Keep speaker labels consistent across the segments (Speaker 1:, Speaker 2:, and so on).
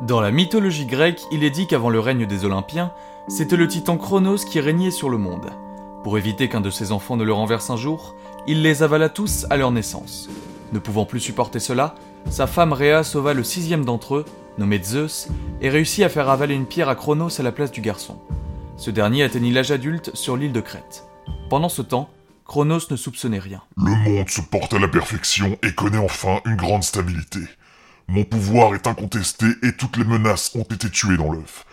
Speaker 1: Dans la mythologie grecque, il est dit qu'avant le règne des Olympiens, c'était le titan Chronos qui régnait sur le monde. Pour éviter qu'un de ses enfants ne le renverse un jour, il les avala tous à leur naissance. Ne pouvant plus supporter cela, sa femme Rhea sauva le sixième d'entre eux, nommé Zeus, et réussit à faire avaler une pierre à Chronos à la place du garçon. Ce dernier atteignit l'âge adulte sur l'île de Crète. Pendant ce temps, Chronos ne soupçonnait rien.
Speaker 2: Le monde se porte à la perfection et connaît enfin une grande stabilité. Mon pouvoir est incontesté et toutes les menaces ont été tuées dans l'œuf.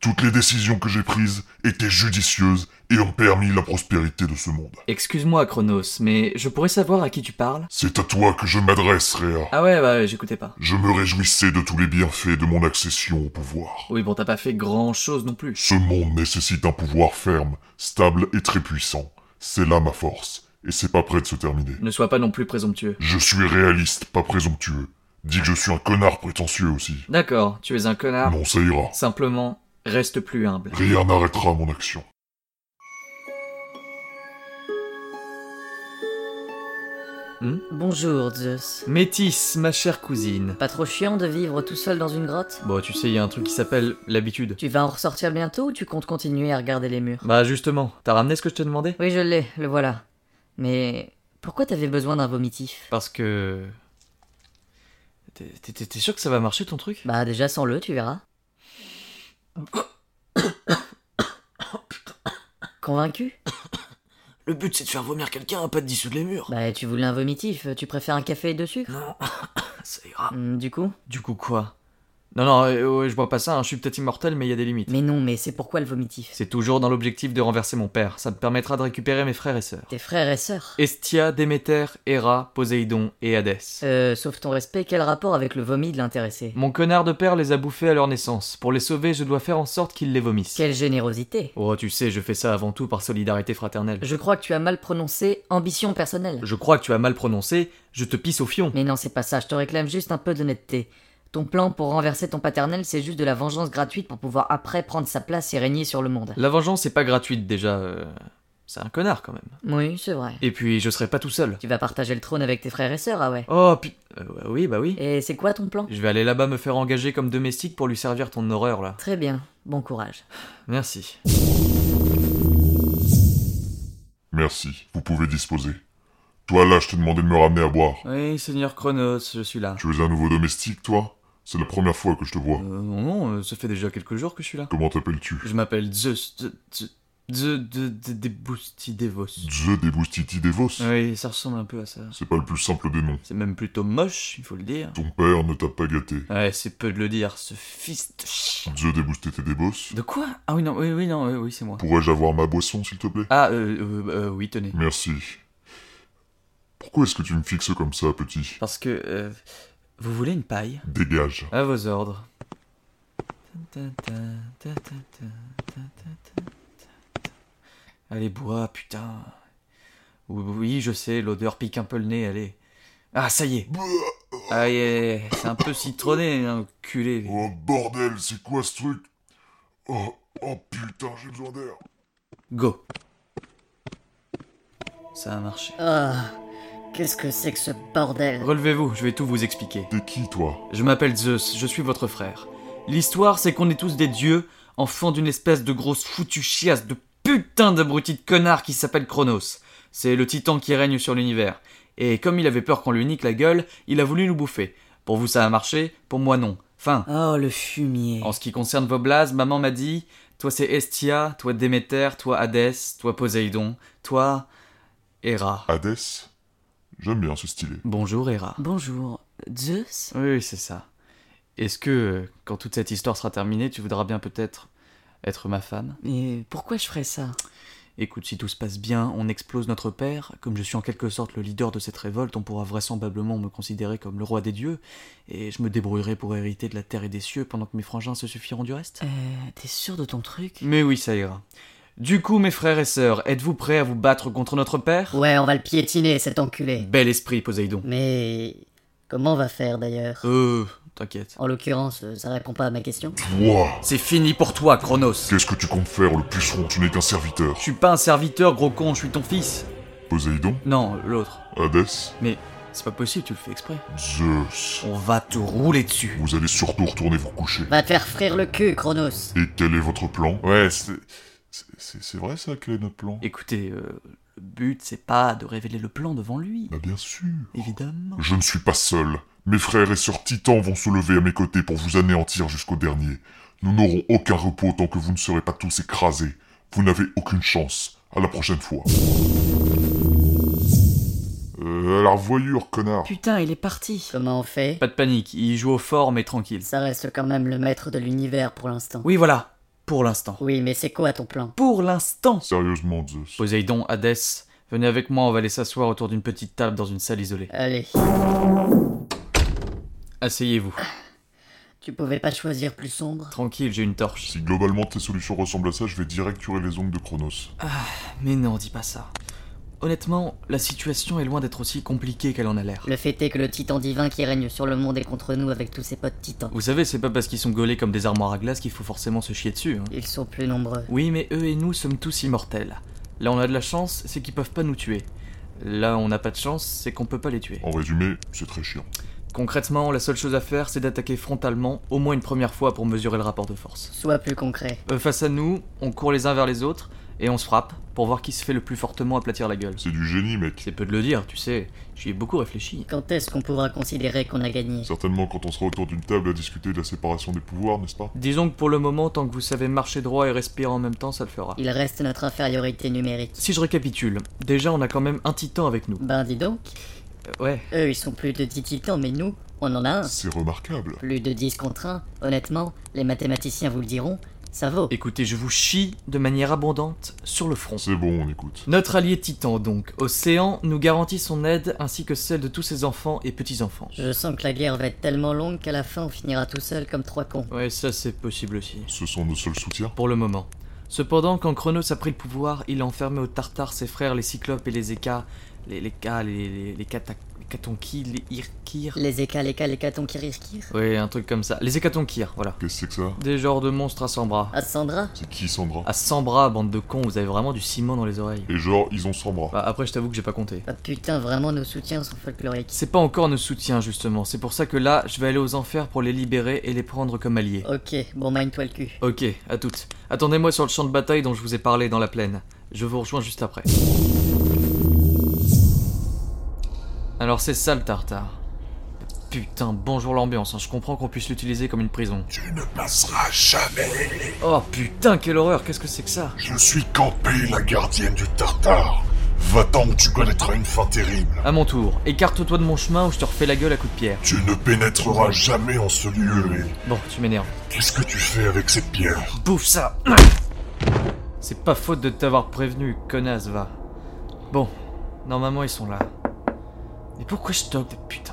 Speaker 2: Toutes les décisions que j'ai prises étaient judicieuses et ont permis la prospérité de ce monde.
Speaker 3: Excuse-moi, Chronos, mais je pourrais savoir à qui tu parles
Speaker 2: C'est à toi que je m'adresse, Réa.
Speaker 3: Ah ouais, bah j'écoutais pas.
Speaker 2: Je me réjouissais de tous les bienfaits de mon accession au pouvoir.
Speaker 3: Oui, bon, t'as pas fait grand-chose non plus.
Speaker 2: Ce monde nécessite un pouvoir ferme, stable et très puissant. C'est là ma force, et c'est pas près de se terminer.
Speaker 3: Ne sois pas non plus présomptueux.
Speaker 2: Je suis réaliste, pas présomptueux. Dis que je suis un connard prétentieux aussi.
Speaker 3: D'accord, tu es un
Speaker 1: Ah.
Speaker 3: connard.
Speaker 2: Non, ça ira.
Speaker 3: Simplement, reste plus humble.
Speaker 2: Rien n'arrêtera mon action.
Speaker 4: Bonjour, Zeus.
Speaker 1: Métis, ma chère cousine.
Speaker 4: Pas trop chiant de vivre tout seul dans une grotte
Speaker 1: Bon, tu sais, il y a un truc qui s'appelle l'habitude.
Speaker 4: Tu vas en ressortir bientôt ou tu comptes continuer à regarder les murs
Speaker 1: Bah justement, t'as ramené ce que je te demandais
Speaker 4: Oui, je l'ai, le voilà. Mais pourquoi t'avais besoin d'un vomitif
Speaker 1: Parce que... T'es- T'es t'es- t'es sûr que ça va marcher ton truc
Speaker 4: Bah déjà sans le, tu verras. Convaincu
Speaker 5: Le but c'est de faire vomir quelqu'un, pas de dissoudre les murs.
Speaker 4: Bah tu voulais un vomitif, tu préfères un café et de sucre
Speaker 5: Non, ça ira.
Speaker 4: Hmm, Du coup
Speaker 1: Bah, Du coup quoi Non, non, euh, ouais, je bois pas ça, hein, je suis peut-être immortel, mais il y a des limites.
Speaker 4: Mais non, mais c'est pourquoi le vomitif
Speaker 1: C'est toujours dans l'objectif de renverser mon père, ça me permettra de récupérer mes frères et sœurs.
Speaker 4: Tes frères et sœurs
Speaker 1: Estia, Déméter, Héra, Poséidon et Hadès.
Speaker 4: Euh, sauf ton respect, quel rapport avec le vomi de l'intéressé
Speaker 1: Mon connard de père les a bouffés à leur naissance. Pour les sauver, je dois faire en sorte qu'ils les vomissent.
Speaker 4: Quelle générosité
Speaker 1: Oh, tu sais, je fais ça avant tout par solidarité fraternelle.
Speaker 4: Je crois que tu as mal prononcé ambition personnelle.
Speaker 1: Je crois que tu as mal prononcé, je te pisse au fion.
Speaker 4: Mais non, c'est pas ça, je te réclame juste un peu d'honnêteté. Ton plan pour renverser ton paternel, c'est juste de la vengeance gratuite pour pouvoir après prendre sa place et régner sur le monde.
Speaker 1: La vengeance est pas gratuite déjà. euh, C'est un connard quand même.
Speaker 4: Oui, c'est vrai.
Speaker 1: Et puis, je serai pas tout seul.
Speaker 4: Tu vas partager le trône avec tes frères et sœurs, ah ouais.
Speaker 1: Oh, puis... oui, bah oui.
Speaker 4: Et c'est quoi ton plan
Speaker 1: Je vais aller là-bas me faire engager comme domestique pour lui servir ton horreur là.
Speaker 4: Très bien, bon courage.
Speaker 1: Merci.
Speaker 2: Merci, vous pouvez disposer. Toi là, je te demandais de me ramener à boire.
Speaker 1: Oui, seigneur Chronos, je suis là.
Speaker 2: Tu es un nouveau domestique, toi C'est la première fois que je te vois.
Speaker 1: Euh, non, non, euh, ça fait déjà quelques jours que je suis là.
Speaker 2: Comment t'appelles-tu
Speaker 1: Je m'appelle Zeus. de- de- de- de- de- des Boustidevos.
Speaker 2: Zeus des Boustiti Devos
Speaker 1: Oui, ça ressemble un peu à ça.
Speaker 2: C'est pas le plus simple des noms.
Speaker 1: C'est même plutôt moche, il faut le dire.
Speaker 2: Ton père ne t'a pas gâté.
Speaker 1: Ouais, c'est peu de le dire, ce fils de chi-
Speaker 2: Zeus des Boustiti Devos
Speaker 1: De quoi Ah oui, non, oui, oui, non, oui, oui, c'est moi.
Speaker 2: Pourrais-je avoir ma boisson, s'il te plaît
Speaker 1: Ah, euh, euh, euh, oui, tenez.
Speaker 2: Merci. Pourquoi est-ce que tu me fixes comme ça, petit
Speaker 1: Parce que, euh, vous voulez une paille
Speaker 2: Dégage.
Speaker 1: À vos ordres. Allez, bois, putain. Oui, Oui, je sais, l'odeur pique un peu le nez, allez. Ah, ça y est. Ah, Aïe, aïe, aïe, c'est un peu citronné, hein, enculé.
Speaker 2: Oh bordel, c'est quoi ce truc Oh, oh putain, j'ai besoin d'air.
Speaker 1: Go. Ça a marché.
Speaker 4: Oh, qu'est-ce que c'est que ce bordel
Speaker 1: Relevez-vous, je vais tout vous expliquer.
Speaker 2: T'es qui, toi
Speaker 1: Je m'appelle Zeus, je suis votre frère. L'histoire, c'est qu'on est tous des dieux, enfants d'une espèce de grosse foutue chiasse de putain d'abruti de connard qui s'appelle Chronos. C'est le titan qui règne sur l'univers. Et comme il avait peur qu'on lui nique la gueule, il a voulu nous bouffer. Pour vous, ça a marché, pour moi, non. Fin.
Speaker 4: Oh, le fumier.
Speaker 1: En ce qui concerne vos blases, maman m'a dit Toi, c'est Estia, toi, Déméter, toi, Hadès, toi, Poséidon, toi, Héra.
Speaker 2: Hadès J'aime bien ce stylé.
Speaker 1: Bonjour, Héra.
Speaker 4: Bonjour, Zeus
Speaker 1: Oui, oui, c'est ça. Est-ce que, euh, quand toute cette histoire sera terminée, tu voudras bien peut-être être ma femme
Speaker 4: Mais pourquoi je ferais ça
Speaker 1: Écoute, si tout se passe bien, on explose notre père. Comme je suis en quelque sorte le leader de cette révolte, on pourra vraisemblablement me considérer comme le roi des dieux, et je me débrouillerai pour hériter de la terre et des cieux pendant que mes frangins se suffiront du reste.
Speaker 4: Euh, t'es sûr de ton truc
Speaker 1: Mais oui, ça ira. Du coup, mes frères et sœurs, êtes-vous prêts à vous battre contre notre père
Speaker 4: Ouais, on va le piétiner, cet enculé.
Speaker 1: Bel esprit, Poséidon.
Speaker 4: Mais comment on va faire d'ailleurs
Speaker 1: Euh, t'inquiète.
Speaker 4: En l'occurrence, euh, ça répond pas à ma question.
Speaker 2: Toi
Speaker 1: C'est fini pour toi, Chronos.
Speaker 2: Qu'est-ce que tu comptes faire, le puceron Tu n'es qu'un serviteur.
Speaker 1: Je suis pas un serviteur, gros con, je suis ton fils.
Speaker 2: Poséidon
Speaker 1: Non, l'autre.
Speaker 2: Hadès
Speaker 1: Mais C'est pas possible, tu le fais exprès.
Speaker 2: Zeus,
Speaker 5: On va te rouler dessus.
Speaker 2: vous allez surtout retourner vous coucher.
Speaker 4: Va te faire frire le cul, Chronos.
Speaker 2: Et quel est votre plan Ouais, c'est... C'est c'est vrai ça, quel est notre plan
Speaker 1: Écoutez, euh, le but, c'est pas de révéler le plan devant lui,
Speaker 2: Bah bien sûr.
Speaker 1: évidemment.
Speaker 2: Je ne suis pas seul. Mes frères et sœurs titans vont se lever à mes côtés pour vous anéantir jusqu'au dernier. Nous n'aurons aucun repos tant que vous ne serez pas tous écrasés. Vous n'avez aucune chance. À la prochaine fois. Euh, à la revoyure, connard.
Speaker 6: Putain, il est parti.
Speaker 4: Comment on fait
Speaker 1: Pas de panique, il joue au fort mais tranquille.
Speaker 4: Ça reste quand même le maître de l'univers pour l'instant.
Speaker 1: Oui, voilà, pour l'instant.
Speaker 4: Oui, mais c'est quoi ton plan
Speaker 1: Pour l'instant
Speaker 2: Sérieusement, Zeus.
Speaker 1: Poséidon, Hadès, venez avec moi, on va les s'asseoir autour d'une petite table dans une salle isolée.
Speaker 4: Allez,
Speaker 1: Asseyez-vous.
Speaker 4: tu pouvais pas choisir plus sombre
Speaker 1: Tranquille, j'ai une torche.
Speaker 2: Si globalement tes solutions ressemblent à ça, je vais direct curer les ongles de Chronos.
Speaker 1: Mais non, dis pas ça. Honnêtement, la situation est loin d'être aussi compliquée qu'elle en a l'air.
Speaker 4: Le fait est que le titan divin qui règne sur le monde est contre nous avec tous ses potes titans.
Speaker 1: Vous savez, c'est pas parce qu'ils sont gaulés comme des armoires à glace qu'il faut forcément se chier dessus. hein.
Speaker 4: Ils sont plus nombreux.
Speaker 1: Oui, mais eux et nous sommes tous immortels. Là, on a de la chance, c'est qu'ils peuvent pas nous tuer. Là, on n'a pas de chance, c'est qu'on peut pas les tuer.
Speaker 2: En résumé, c'est très chiant.
Speaker 1: Concrètement, la seule chose à faire, c'est d'attaquer frontalement, au moins une première fois pour mesurer le rapport de force.
Speaker 4: Sois plus concret.
Speaker 1: Euh, face à nous, on court les uns vers les autres, et on se frappe, pour voir qui se fait le plus fortement aplatir la gueule.
Speaker 2: C'est du génie, mec.
Speaker 1: C'est peu de le dire, tu sais, j'y ai beaucoup réfléchi.
Speaker 4: Quand est-ce qu'on pourra considérer qu'on a gagné
Speaker 2: Certainement quand on sera autour d'une table à discuter de la séparation des pouvoirs, n'est-ce pas
Speaker 1: Disons que pour le moment, tant que vous savez marcher droit et respirer en même temps, ça le fera.
Speaker 4: Il reste notre infériorité numérique.
Speaker 1: Si je récapitule, déjà on a quand même un titan avec nous.
Speaker 4: Ben dis donc,
Speaker 1: Euh, ouais,
Speaker 4: eux ils sont plus de 10 titans, mais nous, on en a un.
Speaker 2: C'est remarquable.
Speaker 4: Plus de 10 contre 1, honnêtement, les mathématiciens vous le diront, ça vaut.
Speaker 1: écoutez, je vous chie de manière abondante sur le front.
Speaker 2: C'est bon, on écoute.
Speaker 1: Notre allié titan, donc, Océan, nous garantit son aide ainsi que celle de tous ses enfants et petits-enfants.
Speaker 4: Je sens que la guerre va être tellement longue qu'à la fin on finira tout seul comme trois cons.
Speaker 1: Ouais, ça c'est possible aussi.
Speaker 2: Ce sont nos seuls soutiens
Speaker 1: Pour le moment. Cependant, quand Chronos a pris le pouvoir, il a enfermé au Tartare ses frères les Cyclopes et les Eka, les les Ka, les, les, les Kata- les Katonki, les Irkir.
Speaker 4: Les écas, les cas, les catons qui risquent
Speaker 1: Ouais, un truc comme ça. Les Ekatonkir, voilà.
Speaker 2: Qu'est-ce que c'est que ça
Speaker 1: Des genres de monstres à 100 bras.
Speaker 4: À Sandra
Speaker 2: C'est qui Sandra
Speaker 1: À 100 bras, bande de cons, vous avez vraiment du ciment dans les oreilles.
Speaker 2: Et genre, ils ont 100 bras.
Speaker 1: Bah, après, je t'avoue que j'ai pas compté.
Speaker 4: Ah putain, vraiment nos soutiens sont folkloriques.
Speaker 1: C'est pas encore nos soutiens, justement. C'est pour ça que là, je vais aller aux enfers pour les libérer et les prendre comme alliés.
Speaker 4: Ok, bon mine-toi le cul.
Speaker 1: Ok, à toutes. Attendez-moi sur le champ de bataille dont je vous ai parlé dans la plaine. Je vous rejoins juste après. Alors c'est ça le tartare. Putain, bonjour l'ambiance, hein. je comprends qu'on puisse l'utiliser comme une prison.
Speaker 2: Tu ne passeras jamais.
Speaker 1: Oh putain, quelle horreur, qu'est-ce que c'est que ça
Speaker 2: Je suis Campé, la gardienne du Tartare. Va-t'en où tu connaîtras une fin terrible.
Speaker 1: À mon tour, écarte-toi de mon chemin ou je te refais la gueule à coups de pierre.
Speaker 2: Tu ne pénétreras jamais en ce lieu. et
Speaker 1: Bon, tu m'énerves.
Speaker 2: Qu'est-ce que tu fais avec cette pierre
Speaker 1: Bouffe ça C'est pas faute de t'avoir prévenu, connasse, va. Bon, normalement ils sont là. Mais pourquoi je toque, putain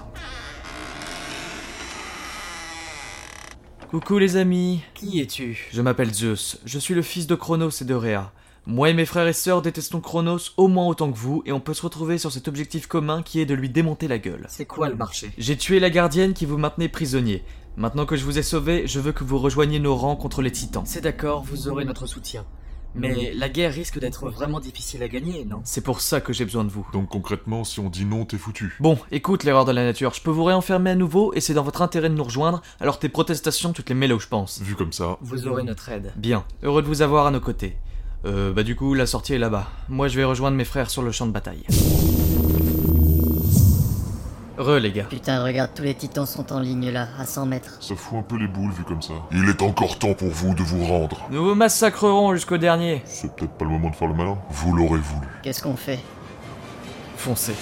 Speaker 1: Coucou les amis
Speaker 3: Qui es-tu
Speaker 1: Je m'appelle Zeus, je suis le fils de Chronos et de Rhea. Moi et mes frères et sœurs détestons Chronos au moins autant que vous, et on peut se retrouver sur cet objectif commun qui est de lui démonter la gueule.
Speaker 3: C'est quoi le marché
Speaker 1: J'ai tué la gardienne qui vous maintenait prisonnier. Maintenant que je vous ai sauvé, je veux que vous rejoigniez nos rangs contre les titans.
Speaker 6: C'est d'accord, vous aurez notre soutien. Mais la guerre risque d'être vraiment difficile à gagner, non
Speaker 1: C'est pour ça que j'ai besoin de vous.
Speaker 2: Donc concrètement, si on dit non, t'es foutu.
Speaker 1: Bon, écoute l'erreur de la nature, je peux vous réenfermer à nouveau et c'est dans votre intérêt de nous rejoindre, alors tes protestations tu te les mets là où je pense.
Speaker 2: Vu comme ça,
Speaker 6: Vous aurez notre aide.
Speaker 1: Bien, heureux de vous avoir à nos côtés. Euh, bah du coup, la sortie est là-bas. Moi je vais rejoindre mes frères sur le champ de bataille. Re les gars.
Speaker 4: Putain, regarde, tous les titans sont en ligne là, à 100 mètres.
Speaker 2: ça fout un peu les boules vu comme ça. Il est encore temps pour vous de vous rendre.
Speaker 1: Nous vous massacrerons jusqu'au dernier.
Speaker 2: C'est peut-être pas le moment de faire le malin. Vous l'aurez voulu.
Speaker 4: Qu'est-ce qu'on fait
Speaker 1: Foncez.